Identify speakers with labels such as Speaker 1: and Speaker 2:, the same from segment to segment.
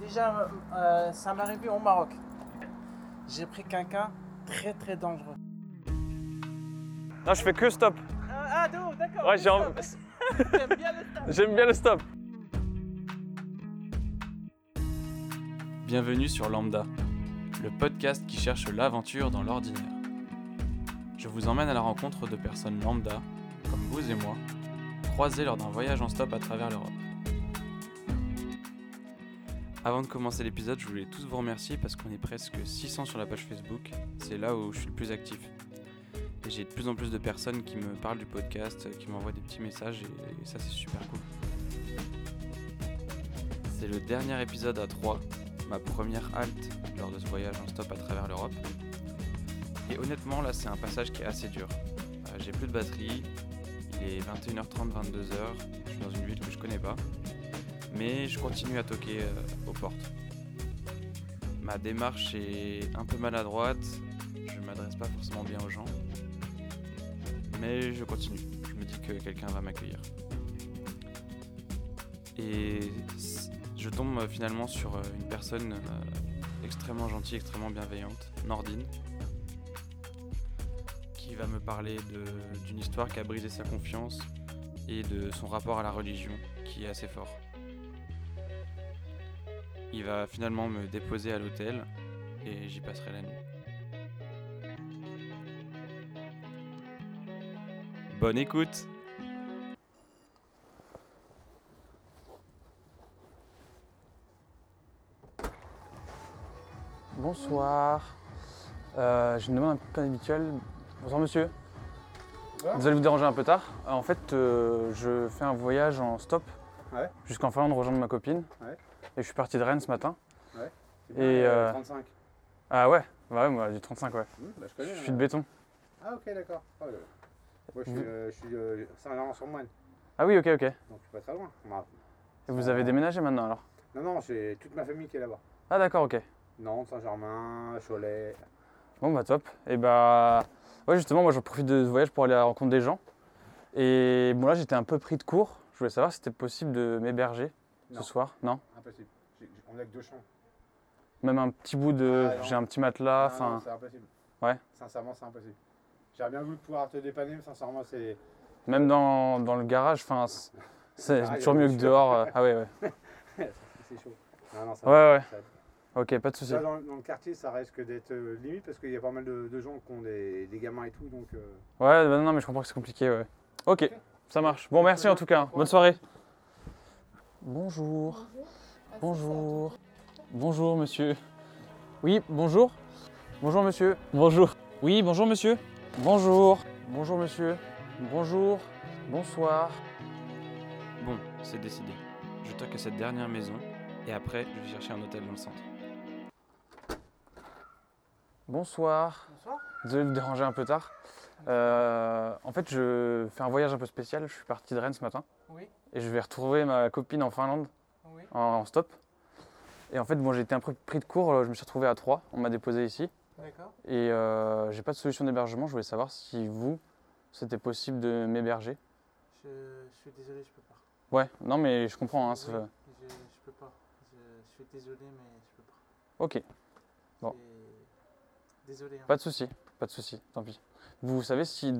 Speaker 1: Déjà, euh, ça m'est arrivé au Maroc. J'ai pris quelqu'un très très dangereux.
Speaker 2: Non, je fais que stop.
Speaker 1: Ah, de ouf, d'accord.
Speaker 2: Ouais, j'ai envie-
Speaker 1: J'aime bien le stade.
Speaker 2: J'aime bien le stop.
Speaker 3: Bienvenue sur Lambda, le podcast qui cherche l'aventure dans l'ordinaire. Je vous emmène à la rencontre de personnes lambda, comme vous et moi, croisées lors d'un voyage en stop à travers l'Europe. Avant de commencer l'épisode, je voulais tous vous remercier parce qu'on est presque 600 sur la page Facebook, c'est là où je suis le plus actif. Et j'ai de plus en plus de personnes qui me parlent du podcast, qui m'envoient des petits messages et- et ça c'est super cool. C'est le dernier épisode à 3 ma première halte lors de ce voyage en stop à travers l'Europe. Et honnêtement, là, c'est un passage qui est assez dur. Euh, J'ai plus de batterie, il est 21h30, 22h, je suis dans une ville que je connais pas, mais je continue à toquer euh, aux portes. Ma démarche est un peu maladroite, je m'adresse pas forcément bien aux gens, mais je continue. Je me dis que quelqu'un va m'accueillir. Et je tombe euh, finalement sur euh, une personne euh, extrêmement gentille, extrêmement bienveillante, Nordine, qui va me parler de- d'une histoire qui a brisé sa confiance et de son rapport à la religion, qui est assez fort. Il va finalement me déposer à l'hôtel et j'y passerai la nuit. Bonne écoute
Speaker 4: Bonsoir. Euh, je me demande un peu comme habituel. Bonsoir monsieur. Désolé de vous déranger un peu tard. Euh, en fait, euh, je fais un voyage en stop
Speaker 5: Ouais.
Speaker 4: jusqu'en Finlande rejoindre ma copine.
Speaker 5: Ouais.
Speaker 4: Et je suis parti de Rennes ce matin.
Speaker 5: Et
Speaker 4: Et, euh,
Speaker 5: 35.
Speaker 4: Ah ouais, ouais, moi du 35 ouais.
Speaker 5: Mmh, bah, je
Speaker 4: Je
Speaker 5: connais.
Speaker 4: suis
Speaker 5: euh.
Speaker 4: de Hmm. béton.
Speaker 5: Ah ok d'accord. Ah, ouais. Moi je suis,
Speaker 4: Vous-
Speaker 5: euh, je suis euh, Saint-Laurent-sur-Moine,
Speaker 4: Ah oui, ok, ok. Et
Speaker 5: donc je suis pas très loin. Bah,
Speaker 4: vous avez déménagé maintenant alors
Speaker 5: Non non, j'ai toute ma famille qui est là-bas.
Speaker 4: Ah d'accord, ok.
Speaker 5: Nantes, Saint-Germain, Cholet.
Speaker 4: Bon bah top. Et bah ouais justement moi je profite de ce voyage pour aller à la rencontre des gens. Et bon là j'étais un peu pris de court. Je voulais savoir si c'était possible de m'héberger
Speaker 5: Non.
Speaker 4: ce soir. Non
Speaker 5: Impossible. J'ai- j'ai- On a que deux chambres.
Speaker 4: Même un petit bout de.
Speaker 5: Ah, non.
Speaker 4: J'ai un petit matelas.
Speaker 5: Non,
Speaker 4: Enfin.
Speaker 5: non, c'est impossible.
Speaker 4: Ouais.
Speaker 5: Sincèrement, c'est impossible. J'aurais bien voulu pouvoir te dépanner, mais sincèrement, c'est.
Speaker 4: Même dans, dans le garage, enfin, c- c'est
Speaker 5: Ah, il y a
Speaker 4: toujours
Speaker 5: des
Speaker 4: mieux que
Speaker 5: chiottes.
Speaker 4: dehors. euh, Ah ouais, ouais.
Speaker 5: c'est chaud. Non, non, ça
Speaker 4: Ouais, ouais.
Speaker 5: ça-
Speaker 4: Ok, pas de souci.
Speaker 5: Là, dans, dans le quartier, ça risque d'être euh, limite parce qu'il y a pas mal de, de gens qui ont des, des gamins et tout, donc. euh,
Speaker 4: Ouais, bah non, mais je comprends que c'est compliqué, ouais. Ok, ça marche. Bon, merci en tout cas. hein. Bonne soirée. Bonjour. Bonjour. Bonjour, monsieur. Oui, bonjour. Bonjour, monsieur. Bonjour. Oui, bonjour, monsieur. Bonjour. Bonjour, monsieur. Bonjour. Bonsoir.
Speaker 3: Bon, c'est décidé. Je toque à cette dernière maison et après, je vais chercher un hôtel dans le centre.
Speaker 4: Bonsoir.
Speaker 1: Bonsoir.
Speaker 4: Désolé de vous déranger un peu tard. Euh, en fait, je fais un voyage un peu spécial. Je suis parti de Rennes ce matin
Speaker 1: Oui,
Speaker 4: et je vais retrouver ma copine en Finlande
Speaker 1: oui.
Speaker 4: en, en stop. Et en fait, bon, j'ai été un peu pris de court. Je me suis retrouvé à Troyes. On m'a déposé ici
Speaker 1: D'accord.
Speaker 4: et euh, j'ai pas de solution d'hébergement. Je voulais savoir si vous, c'était possible de m'héberger.
Speaker 1: Je, je suis désolé, je peux pas.
Speaker 4: Ouais, non, mais je comprends. hein, ça-
Speaker 1: Oui, je, je peux pas. Je, je suis désolé, mais je peux pas.
Speaker 4: Ok, Bon.
Speaker 1: C'est- Désolé. hein.
Speaker 4: pas de souci, pas de souci. Tant pis. Vous savez si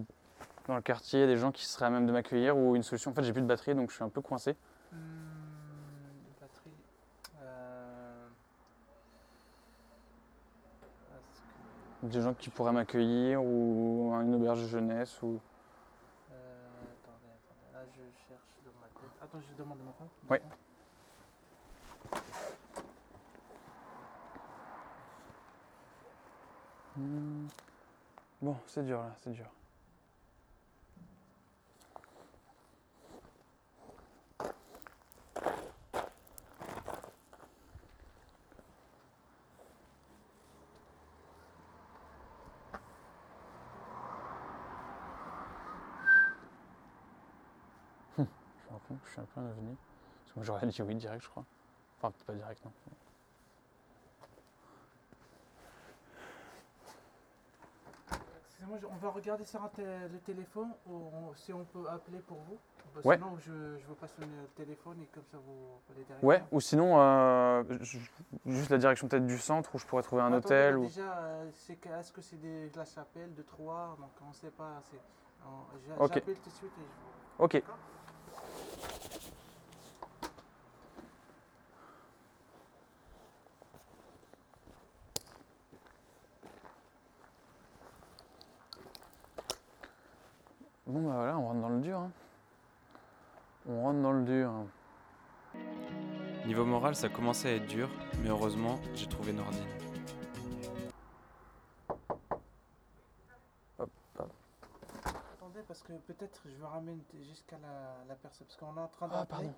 Speaker 4: dans le quartier il y a des gens qui seraient à même de m'accueillir ou une solution. En fait, j'ai plus de batterie, donc je suis un peu coincé.
Speaker 1: Hmm, Patrick, euh, est-ce que-
Speaker 4: Des gens qui pourraient m'accueillir ou à une auberge de jeunesse ou.
Speaker 1: euh, attendez, attendez. Là, je cherche dans ma tête. Attends, je demande mon compte.
Speaker 4: Oui. Hmm. Bon, c'est dur là, c'est dur. Hum, Je me rends compte que je suis un peu un ovni. Parce que moi j'aurais dit oui direct, je crois. Enfin, peut-être pas direct, non.
Speaker 1: C'est Excusez-moi, je- on va regarder sur un tél- le téléphone ou on- si on peut appeler pour vous. Parce que
Speaker 4: Ouais.
Speaker 1: Sinon, je, je vous passe le le téléphone et comme ça vous allez derrière.
Speaker 4: Ouais, ou sinon, euh, ju- juste la direction peut-être du centre où je pourrais trouver un hôtel. Ou...
Speaker 1: Déjà, euh, c'est que- est-ce que c'est des- de la chapelle, de Troyes Donc on ne sait pas. c'est- on- j'a-
Speaker 4: Ok.
Speaker 1: J'appelle tout de suite et je vous.
Speaker 4: Ok. Bon bah voilà, on rentre dans le dur. hein. On rentre dans le dur.
Speaker 3: Niveau moral, ça commençait à être dur, mais heureusement, j'ai trouvé Nordine.
Speaker 1: Attendez, parce que peut-être je me ramène t- jusqu'à la, la personne. Parce qu'on est en train
Speaker 4: Ah
Speaker 1: d'appeler.
Speaker 4: pardon.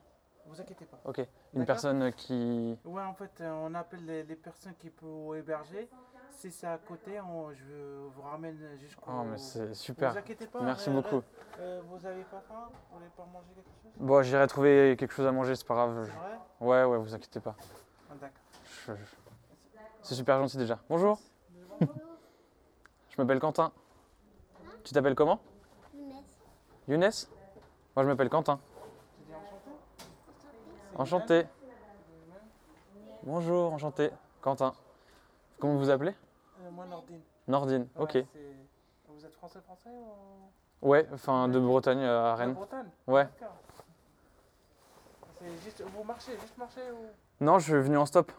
Speaker 1: vous inquiétez pas.
Speaker 4: Ok. Une
Speaker 1: D'accord.
Speaker 4: personne qui.
Speaker 1: Ouais, en fait, euh, on appelle les, les personnes qui peuvent héberger. Si c'est à côté, on- je vous ramène jusqu'au.
Speaker 4: Oh
Speaker 1: Vous
Speaker 4: mais c'est super.
Speaker 1: inquiétez pas.
Speaker 4: Merci
Speaker 1: euh,
Speaker 4: beaucoup.
Speaker 1: euh, vous avez pas faim Vous voulez pas manger quelque chose
Speaker 4: Bon, j'irai trouver quelque chose à manger, c'est pas grave.
Speaker 1: C'est vrai
Speaker 4: je- Ouais, ouais, vous inquiétez pas.
Speaker 1: Ah, D'accord.
Speaker 4: Je- je- C'est super gentil déjà. Bonjour, je m'appelle Quentin. Tu t'appelles comment Younes Moi, je m'appelle Quentin.
Speaker 1: Je dis enchanté. C'est
Speaker 4: Enchanté.
Speaker 1: Guylaine.
Speaker 4: Bonjour, enchanté. Quentin. Comment vous vous appelez
Speaker 1: Euh, moi, Nordine.
Speaker 4: Nordine.
Speaker 1: Ouais,
Speaker 4: Ok.
Speaker 1: Ah, c'est- Vous êtes français, français ou.
Speaker 4: Ouais, enfin de Bretagne euh, à
Speaker 1: De
Speaker 4: Rennes.
Speaker 1: Bretagne
Speaker 4: Ouais.
Speaker 1: D'accord. C'est juste. Vous marchez, juste marchez ou.
Speaker 4: Non, je suis venu en stop.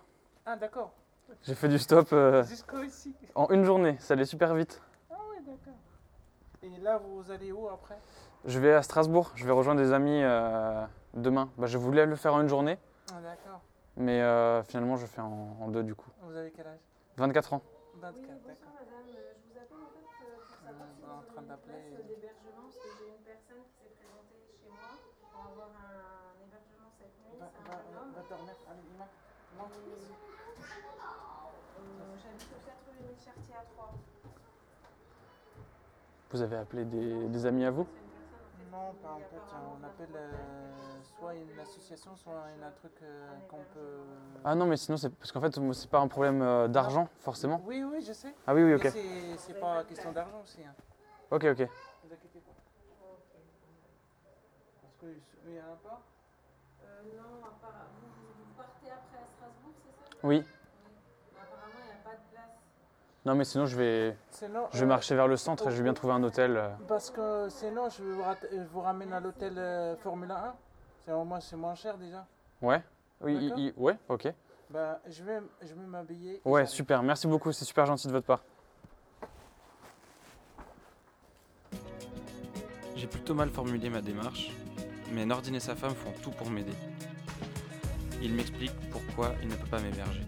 Speaker 1: Ah, d'accord.
Speaker 4: J'ai fait du stop euh,
Speaker 1: Jusqu'au ici.
Speaker 4: en une journée. Ça allait super vite.
Speaker 1: Ah oui, d'accord. Et là, vous allez où après
Speaker 4: Je vais à Strasbourg. Je vais rejoindre des amis euh, demain. Bah, je voulais le faire en une journée,
Speaker 1: Ah, d'accord.
Speaker 4: mais euh, finalement, je fais en, en deux du coup.
Speaker 1: Vous avez quel âge
Speaker 4: 24 ans.
Speaker 1: 24,
Speaker 6: Oui, bonsoir
Speaker 1: d'accord.
Speaker 6: madame, Euh, je vous appelle en fait euh, pour savoir
Speaker 1: On est
Speaker 6: si
Speaker 1: en
Speaker 6: vous
Speaker 1: train
Speaker 6: aurez une
Speaker 1: d'appeler.
Speaker 6: place euh, d'hébergement parce que j'ai une personne qui s'est présentée chez moi pour avoir un hébergement cette nuit,
Speaker 1: Va,
Speaker 6: c'est un
Speaker 1: va,
Speaker 6: jeune homme.
Speaker 1: va dormir. Allez, Ima. Non.
Speaker 6: Euh, J'habite au 4 rue Émile Chartier à 3.
Speaker 4: Vous avez appelé des, des amis à vous
Speaker 1: Non, pas en fait, on appelle euh, soit une association, soit un, un truc euh, qu'on peut.
Speaker 4: Ah non, mais sinon, c'est parce qu'en fait, moi, c'est pas un problème euh, d'argent forcément.
Speaker 1: Oui, oui, je sais.
Speaker 4: Ah oui, oui,
Speaker 1: Mais
Speaker 4: ok.
Speaker 1: c'est- C'est pas question d'argent aussi. Hein.
Speaker 4: Ok, ok.
Speaker 1: Ne vous inquiétez pas. Parce que il y en a pas
Speaker 6: Euh, non, à part- vous, vous- vous partez après à Strasbourg, c'est ça
Speaker 4: Oui.
Speaker 6: Mais Apparemment, il n'y a pas de place.
Speaker 4: Non, mais sinon, je vais,
Speaker 1: Sinon,
Speaker 4: je vais
Speaker 1: euh,
Speaker 4: marcher vers le centre et je vais bien trouver un hôtel. euh.
Speaker 1: Parce que sinon, je vous, rat- je vous ramène à l'hôtel euh, Formula 1. C'est au moins c'est moins cher déjà.
Speaker 4: Ouais. Oui, il-
Speaker 1: D'accord.
Speaker 4: il- ouais, ok.
Speaker 1: Bah, je vais, je vais m'habiller. et
Speaker 4: Ouais,
Speaker 1: j'arrive.
Speaker 4: super. Merci beaucoup. C'est super gentil de votre part.
Speaker 3: J'ai plutôt mal formulé ma démarche, mais Nordine et sa femme font tout pour m'aider. Il m'explique pourquoi il ne peut pas m'héberger.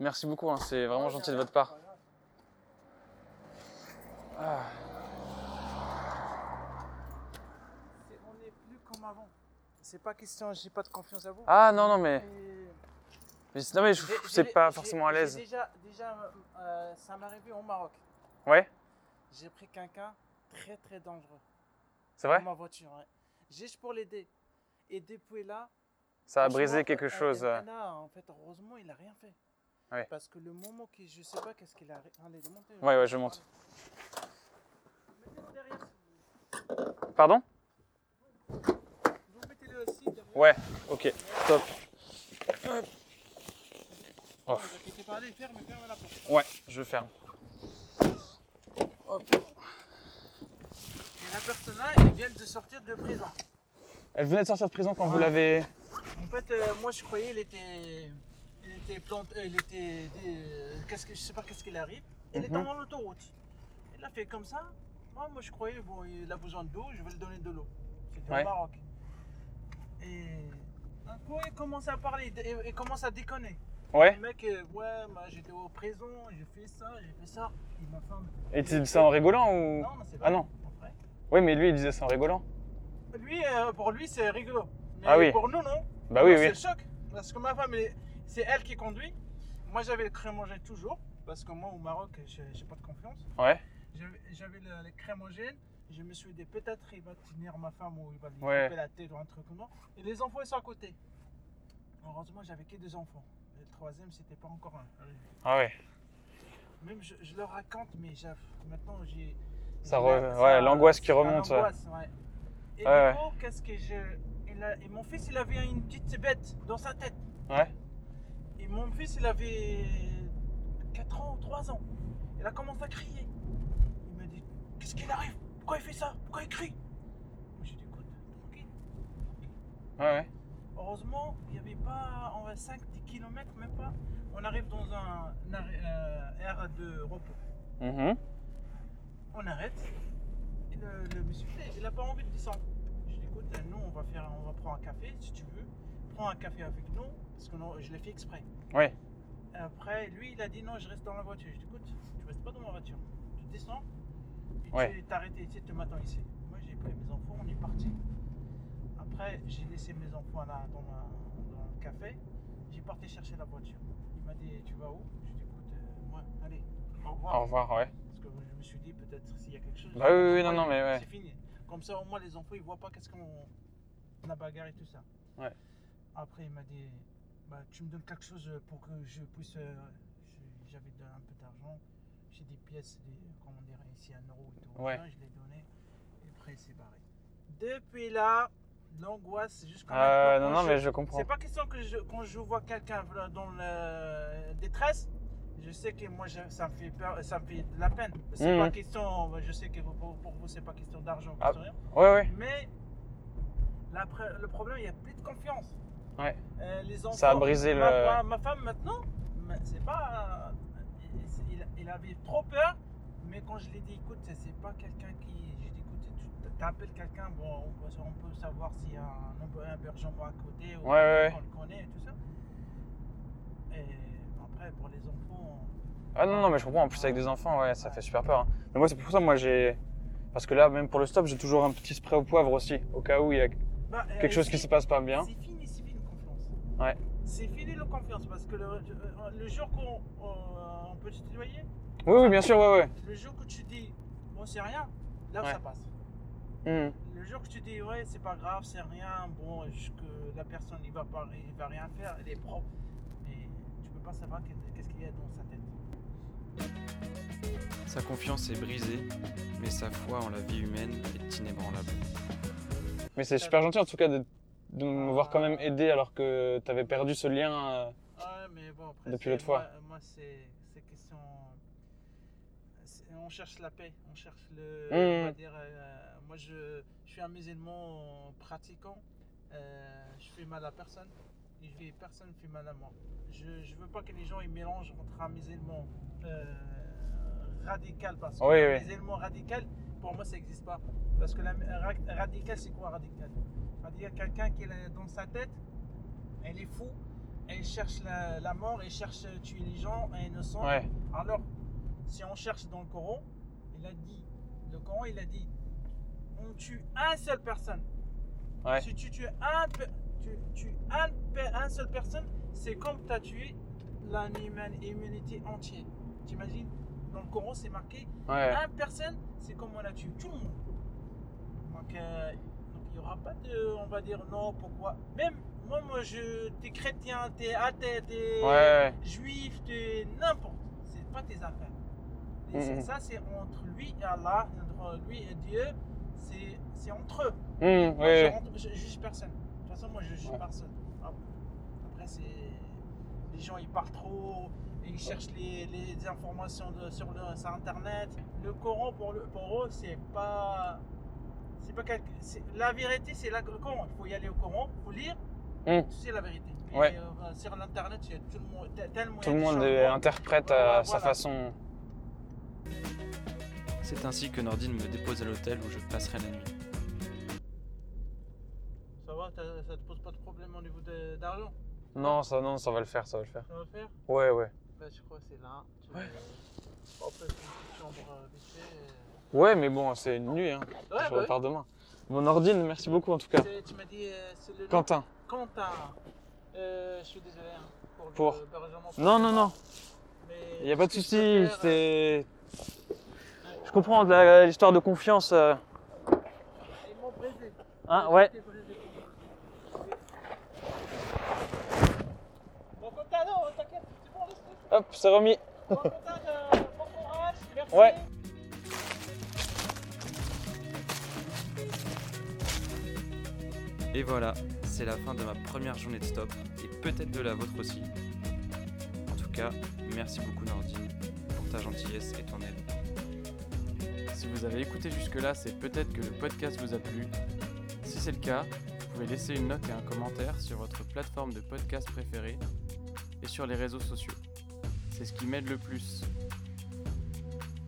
Speaker 4: Merci beaucoup. hein, C'est vraiment gentil de votre part. Ah,
Speaker 1: C'est- On n'est plus comme avant. C'est pas question, j'ai pas de confiance à vous.
Speaker 4: Ah, non, non, mais,
Speaker 1: Et-
Speaker 4: mais c'est- non, mais je
Speaker 1: j'ai-
Speaker 4: c'est
Speaker 1: j'ai-
Speaker 4: pas
Speaker 1: j'ai-
Speaker 4: forcément à
Speaker 1: j'ai
Speaker 4: l'aise.
Speaker 1: Déjà, déjà euh, ça m'est arrivé au Maroc.
Speaker 4: Ouais,
Speaker 1: J'ai pris quelqu'un très très dangereux
Speaker 4: c'est
Speaker 1: dans
Speaker 4: vrai.
Speaker 1: ma voiture. ouais. Juste pour l'aider. Et depuis là,
Speaker 4: Ça a
Speaker 1: Franchement,
Speaker 4: brisé
Speaker 1: euh,
Speaker 4: quelque
Speaker 1: euh,
Speaker 4: chose. euh.
Speaker 1: euh, là, en fait, heureusement, il n'a rien fait.
Speaker 4: Ouais.
Speaker 1: Parce que le moment qui, je sais pas qu'est-ce qu'il a. Allez, montez.
Speaker 4: Ouais, ouais, je monte.
Speaker 1: Mettez-le derrière.
Speaker 4: Pardon
Speaker 1: Vous mettez-le aussi derrière.
Speaker 4: Ouais. Ok. Top.
Speaker 1: Ne
Speaker 4: Oh.
Speaker 1: vous inquiétez pas, allez, ferme, ferme la porte.
Speaker 4: Ouais, je ferme.
Speaker 1: Et la personne là, elle vient de sortir de prison.
Speaker 4: Elle venait de sortir de prison quand vous l'avez.
Speaker 1: En fait, euh, moi, je croyais il était. Il était planté. euh, Il était. euh, qu'est-ce que, je sais pas qu'est-ce qu'il arrive. Il est
Speaker 4: Mhm.
Speaker 1: dans l'autoroute. Il a fait comme ça. Moi, moi je croyais, bon, il a besoin d'eau, je vais lui donner de l'eau. C'était
Speaker 4: Ouais.
Speaker 1: au Maroc. Et. D'un coup, il commence à parler, il- il- il commence à déconner.
Speaker 4: Ouais.
Speaker 1: Le mec, euh, ouais, moi, j'étais au prison, j'ai fait ça, j'ai fait ça. Et ma femme.
Speaker 4: Et tu dis ça en rigolant
Speaker 1: Non,
Speaker 4: ou
Speaker 1: non, c'est vrai.
Speaker 4: Ah non.
Speaker 1: Après.
Speaker 4: Oui, mais lui, il disait ça en rigolant.
Speaker 1: Lui, euh, pour lui, c'est rigolo. Mais
Speaker 4: Ah oui.
Speaker 1: pour nous, non.
Speaker 4: Bah
Speaker 1: Moi,
Speaker 4: oui, oui.
Speaker 1: C'est le choc. Parce que ma femme, elle est- c'est elle qui conduit. Moi, j'avais le crémogène toujours. Parce que moi, au Maroc, j'ai j'ai pas de confiance.
Speaker 4: Ouais.
Speaker 1: J'avais- J'avais le, le crémogène. Je me suis dit, peut-être il va tenir ma femme ou il va lui
Speaker 4: Ouais.
Speaker 1: couper la tête ou un truc comme ça. Et les enfants, ils sont à côté. Heureusement, j'avais que deux enfants. Et le troisième, c'était pas encore un.
Speaker 4: Ah ouais.
Speaker 1: Même je, je leur raconte, mais j'ai- maintenant j'ai.
Speaker 2: Ça
Speaker 1: j'ai
Speaker 2: re-
Speaker 1: la-
Speaker 2: ouais,
Speaker 1: ça-
Speaker 2: l'angoisse qui
Speaker 1: c'est
Speaker 2: remonte, ouais.
Speaker 1: l'angoisse, ouais. Et
Speaker 2: Ouais,
Speaker 1: du coup, qu'est-ce que je. il a- et mon fils, il avait une petite bête dans sa tête.
Speaker 2: Ouais.
Speaker 1: Et mon fils, il avait 4 ans ou 3 ans. Il a commencé à crier. Il m'a dit Qu'est-ce qu'il arrive Pourquoi il fait ça Pourquoi il crie Moi, J'ai dit Écoute, tranquille.
Speaker 2: Ouais, ouais.
Speaker 1: Heureusement, il n'y avait pas on va 5 10 km, même pas. On arrive dans un, un arrêt- euh, aire de repos.
Speaker 2: Mhm.
Speaker 1: On arrête. Et le, le monsieur, il n'a pas envie de descendre. Je lui dis, écoute, euh, nous, on va, faire, on va prendre un café si tu veux. Prends un café avec nous, parce que non, je l'ai fait exprès.
Speaker 2: Oui.
Speaker 1: Après, lui, il a dit non, je reste dans la voiture. Je lui dis, écoute, tu restes pas dans ma voiture. Tu descends et
Speaker 2: Ouais.
Speaker 1: tu t'arrêtes ici, tu m'attends ici. Moi, j'ai pris mes enfants, on est parti. Après, j'ai laissé mes enfants là dans, la- dans le café. J'ai parti chercher la voiture. Il m'a dit, tu vas où Je lui dis, écoute, euh, ouais, allez, au revoir.
Speaker 2: Au revoir, ouais.
Speaker 1: Parce que je me suis dit, peut-être s'il y a quelque chose.
Speaker 2: Bah oui, oui, non,
Speaker 1: Ouais,
Speaker 2: non, mais ouais.
Speaker 1: C'est fini. Comme ça, au moins, les enfants, ils voient pas qu'est-ce qu'on. La bagarre et tout ça.
Speaker 2: Ouais.
Speaker 1: Après, il m'a dit, bah, tu me donnes quelque chose pour que je puisse. euh, je- J'avais de- un peu d'argent. J'ai des pièces, des, comment dire, ici, un euro et tout.
Speaker 2: Ouais.
Speaker 1: machin, Je l'ai donné. Et après, il s'est barré. Depuis là, l'angoisse jusqu'à.
Speaker 2: Euh, non,
Speaker 1: maintenant, quand
Speaker 2: non,
Speaker 1: Ah, je-
Speaker 2: mais je comprends.
Speaker 1: c'est pas question que je, quand je vois quelqu'un voilà, dans la détresse, je sais que moi je- ça me fait peur, euh, ça me fait de la peine. C'est
Speaker 2: Mhm.
Speaker 1: pas question, euh, je sais que vous- pour, pour vous c'est pas question d'argent,
Speaker 2: Ah.
Speaker 1: question rien.
Speaker 2: Ouais, ouais.
Speaker 1: mais la pre- le problème il n'y a plus de confiance.
Speaker 2: Ouais.
Speaker 1: Euh, les enfants,
Speaker 2: Ça a brisé
Speaker 1: ma,
Speaker 2: le-
Speaker 1: ma- ma femme maintenant, ma- c'est pas, euh, il- c'est- il, il avait trop peur, mais quand je lui ai dit écoute c'est- c'est pas quelqu'un qui, je lui ai dit écoute tu t'appelles quelqu'un, bon on peut, on peut savoir s'il y a un, un hébergement à côté ou
Speaker 2: Ouais, ouais, ouais.
Speaker 1: on le connaît et tout ça. Et après, pour les enfants,
Speaker 2: Ah non, non, mais je comprends. En plus, avec des enfants, ouais, ça fait super peur. hein. Mais moi, c'est pour ça, moi, j'ai. Parce que là, même pour le stop, j'ai toujours un petit spray au poivre aussi, au cas où il y a
Speaker 1: bah, euh,
Speaker 2: quelque chose qui
Speaker 1: si-
Speaker 2: se passe pas bien.
Speaker 1: C'est fini, c'est fini la confiance.
Speaker 2: Ouais.
Speaker 1: C'est fini la confiance parce que le, euh, le jour qu'on euh, on peut se tutoyer,
Speaker 2: Oui, oui, bien sûr, ouais,
Speaker 1: le jour que tu dis bon, c'est rien, là
Speaker 2: Ouais.
Speaker 1: ça passe.
Speaker 2: ouais. Mhm.
Speaker 1: Le jour que tu dis ouais, c'est pas grave, c'est rien, bon, je- que la personne il va, pas, il va rien faire, elle est propre. Mais tu peux pas savoir qu'est- qu'est-ce qu'il y a dans sa tête.
Speaker 3: Sa confiance est brisée, mais sa foi en la vie humaine est inébranlable.
Speaker 2: Mais c'est super gentil, en tout cas, de, de me voir quand même aider alors que t'avais perdu ce lien. euh.
Speaker 1: Ouais, mais bon, après,
Speaker 2: Depuis
Speaker 1: c'est-
Speaker 2: l'autre fois.
Speaker 1: Moi, moi, c'est c'est question. c'est- On cherche la paix, on cherche le.
Speaker 2: Mm.
Speaker 1: on va dire, euh, moi, je, je suis un musulman pratiquant. euh, je fais mal à personne. Et je fais- personne ne fait mal à moi. Je ne veux pas que les gens ils mélangent entre un musulman euh, radical. Parce que
Speaker 2: Oui,
Speaker 1: le
Speaker 2: oui.
Speaker 1: musulman radical, pour moi, ça n'existe pas. Parce que la, ra- radical, c'est quoi radical C'est-à-dire quelqu'un qui est dans sa tête, elle est fou, elle cherche la, la mort, elle cherche à tuer les gens, elle est innocente.
Speaker 2: Ouais.
Speaker 1: Alors, si on cherche dans le Coran, il a dit, le Coran, il a dit, on tue un seul personne.
Speaker 2: Ouais.
Speaker 1: Si tu tues un, pe- tu, tu un, pe- un seul personne, c'est comme tu as tué l'humanité entière. T'imagines Dans le Coran, c'est marqué,
Speaker 2: Ouais.
Speaker 1: un personne, c'est comme on a tué tout le monde. Donc, euh, donc, il n'y aura pas de, on va dire, non, pourquoi Même, moi, moi, je, t'es chrétien, t'es athée,
Speaker 2: Ouais,
Speaker 1: t'es
Speaker 2: ouais.
Speaker 1: juif, t'es n'importe. C'est pas tes affaires. Et c'est-
Speaker 2: Mhm.
Speaker 1: Ça, c'est entre lui et Allah, entre lui et Dieu, c'est c'est entre eux.
Speaker 2: Mhm,
Speaker 1: Moi,
Speaker 2: ouais,
Speaker 1: je
Speaker 2: ouais.
Speaker 1: rentre- je, juge personne. De toute façon, moi, je juge
Speaker 2: Ouais.
Speaker 1: personne. Ah bon. Après, c'est. Les gens, ils parlent trop, ils cherchent les, les informations de- sur, le, sur Internet. Le Coran, pour, le, pour eux, c'est pas. C'est pas quelque- c'est- La vérité, c'est la- le Coran. Il faut y aller au Coran, il faut lire.
Speaker 2: Mm.
Speaker 1: C'est la vérité. Et,
Speaker 2: Ouais.
Speaker 1: euh, sur l'Internet, il y a tout le monde. tel moyen
Speaker 2: Tout le
Speaker 1: de
Speaker 2: monde
Speaker 1: changement.
Speaker 2: euh, interprète
Speaker 1: Voilà,
Speaker 2: à sa
Speaker 1: voilà.
Speaker 2: façon.
Speaker 3: C'est ainsi que Nordine me dépose à l'hôtel où je passerai la nuit.
Speaker 1: Ça va, t'as- ça te pose pas de problème au niveau de- d'argent
Speaker 2: Non, ça, non, ça va le faire, ça va le faire.
Speaker 1: Ça va faire
Speaker 2: Ouais, ouais.
Speaker 1: Bah, je crois que c'est là. Tu ouais. Après, c'est une petite chambre euh, vite fait. euh.
Speaker 2: Ouais, mais bon, c'est une nuit, hein.
Speaker 1: Ouais,
Speaker 2: je
Speaker 1: bah oui.
Speaker 2: repars demain. Bon, Nordine, merci beaucoup en tout cas.
Speaker 1: C'est- Tu m'as dit, euh, c'est le. nom.
Speaker 2: Quentin.
Speaker 1: Quentin. Euh, je suis désolé hein, pour le
Speaker 2: Pour.
Speaker 1: l'hébergement.
Speaker 2: Non, non, non.
Speaker 1: Mais
Speaker 2: Il n'y a pas de
Speaker 1: qu'est-ce
Speaker 2: souci,
Speaker 1: que je peux faire,
Speaker 2: c'est... euh, Je comprends de la- l'histoire de confiance. euh.
Speaker 1: euh, Ils m'ont brisé.
Speaker 2: Hein, ouais.
Speaker 1: Ils m'ont brisé. Bon, Quentin, non, t'inquiète, c'est bon, laisse-le.
Speaker 2: Hop, c'est remis.
Speaker 1: Bon, Quentin, euh,
Speaker 4: Ouais.
Speaker 1: Et voilà, c'est la fin de ma première journée de stop, et peut-être de la vôtre aussi. En tout cas, merci beaucoup Nordine pour ta gentillesse et ton aide.
Speaker 3: Si vous avez écouté jusque-là, c'est peut-être que le podcast vous a plu. Si c'est le cas, vous pouvez laisser une note et un commentaire sur votre plateforme de podcast préférée et sur les réseaux sociaux. C'est ce qui m'aide le plus.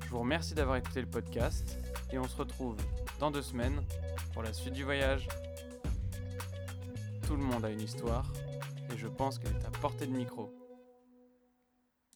Speaker 3: Je vous remercie d'avoir écouté le podcast et on se retrouve dans deux semaines pour la suite du voyage. Tout le monde a une histoire et je pense qu'elle est à portée de micro.